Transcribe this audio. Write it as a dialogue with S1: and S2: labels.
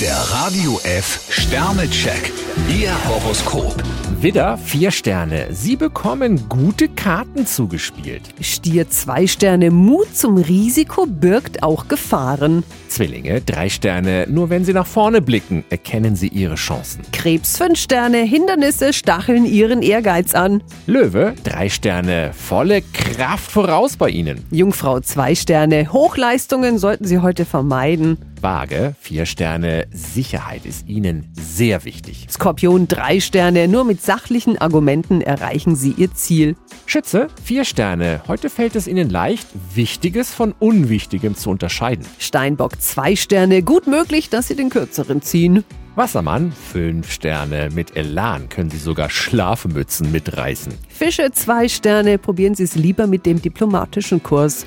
S1: Der Radio F Sternecheck. Ihr Horoskop.
S2: Widder, vier Sterne. Sie bekommen gute Karten zugespielt.
S3: Stier zwei Sterne, Mut zum Risiko birgt auch Gefahren.
S2: Zwillinge, drei Sterne. Nur wenn Sie nach vorne blicken, erkennen Sie Ihre Chancen.
S3: Krebs fünf Sterne, Hindernisse stacheln ihren Ehrgeiz an.
S2: Löwe, drei Sterne. Volle Kraft voraus bei Ihnen.
S3: Jungfrau zwei Sterne, Hochleistungen sollten Sie heute vermeiden.
S2: Waage, vier Sterne. Sicherheit ist Ihnen sehr wichtig.
S3: Skorpion drei Sterne, nur mit sachlichen Argumenten erreichen Sie Ihr Ziel.
S2: Schütze, vier Sterne. Heute fällt es Ihnen leicht, Wichtiges von Unwichtigem zu unterscheiden.
S3: Steinbock zwei Sterne, gut möglich, dass Sie den kürzeren ziehen.
S2: Wassermann, fünf Sterne. Mit Elan können Sie sogar Schlafmützen mitreißen.
S3: Fische zwei Sterne, probieren Sie es lieber mit dem diplomatischen Kurs.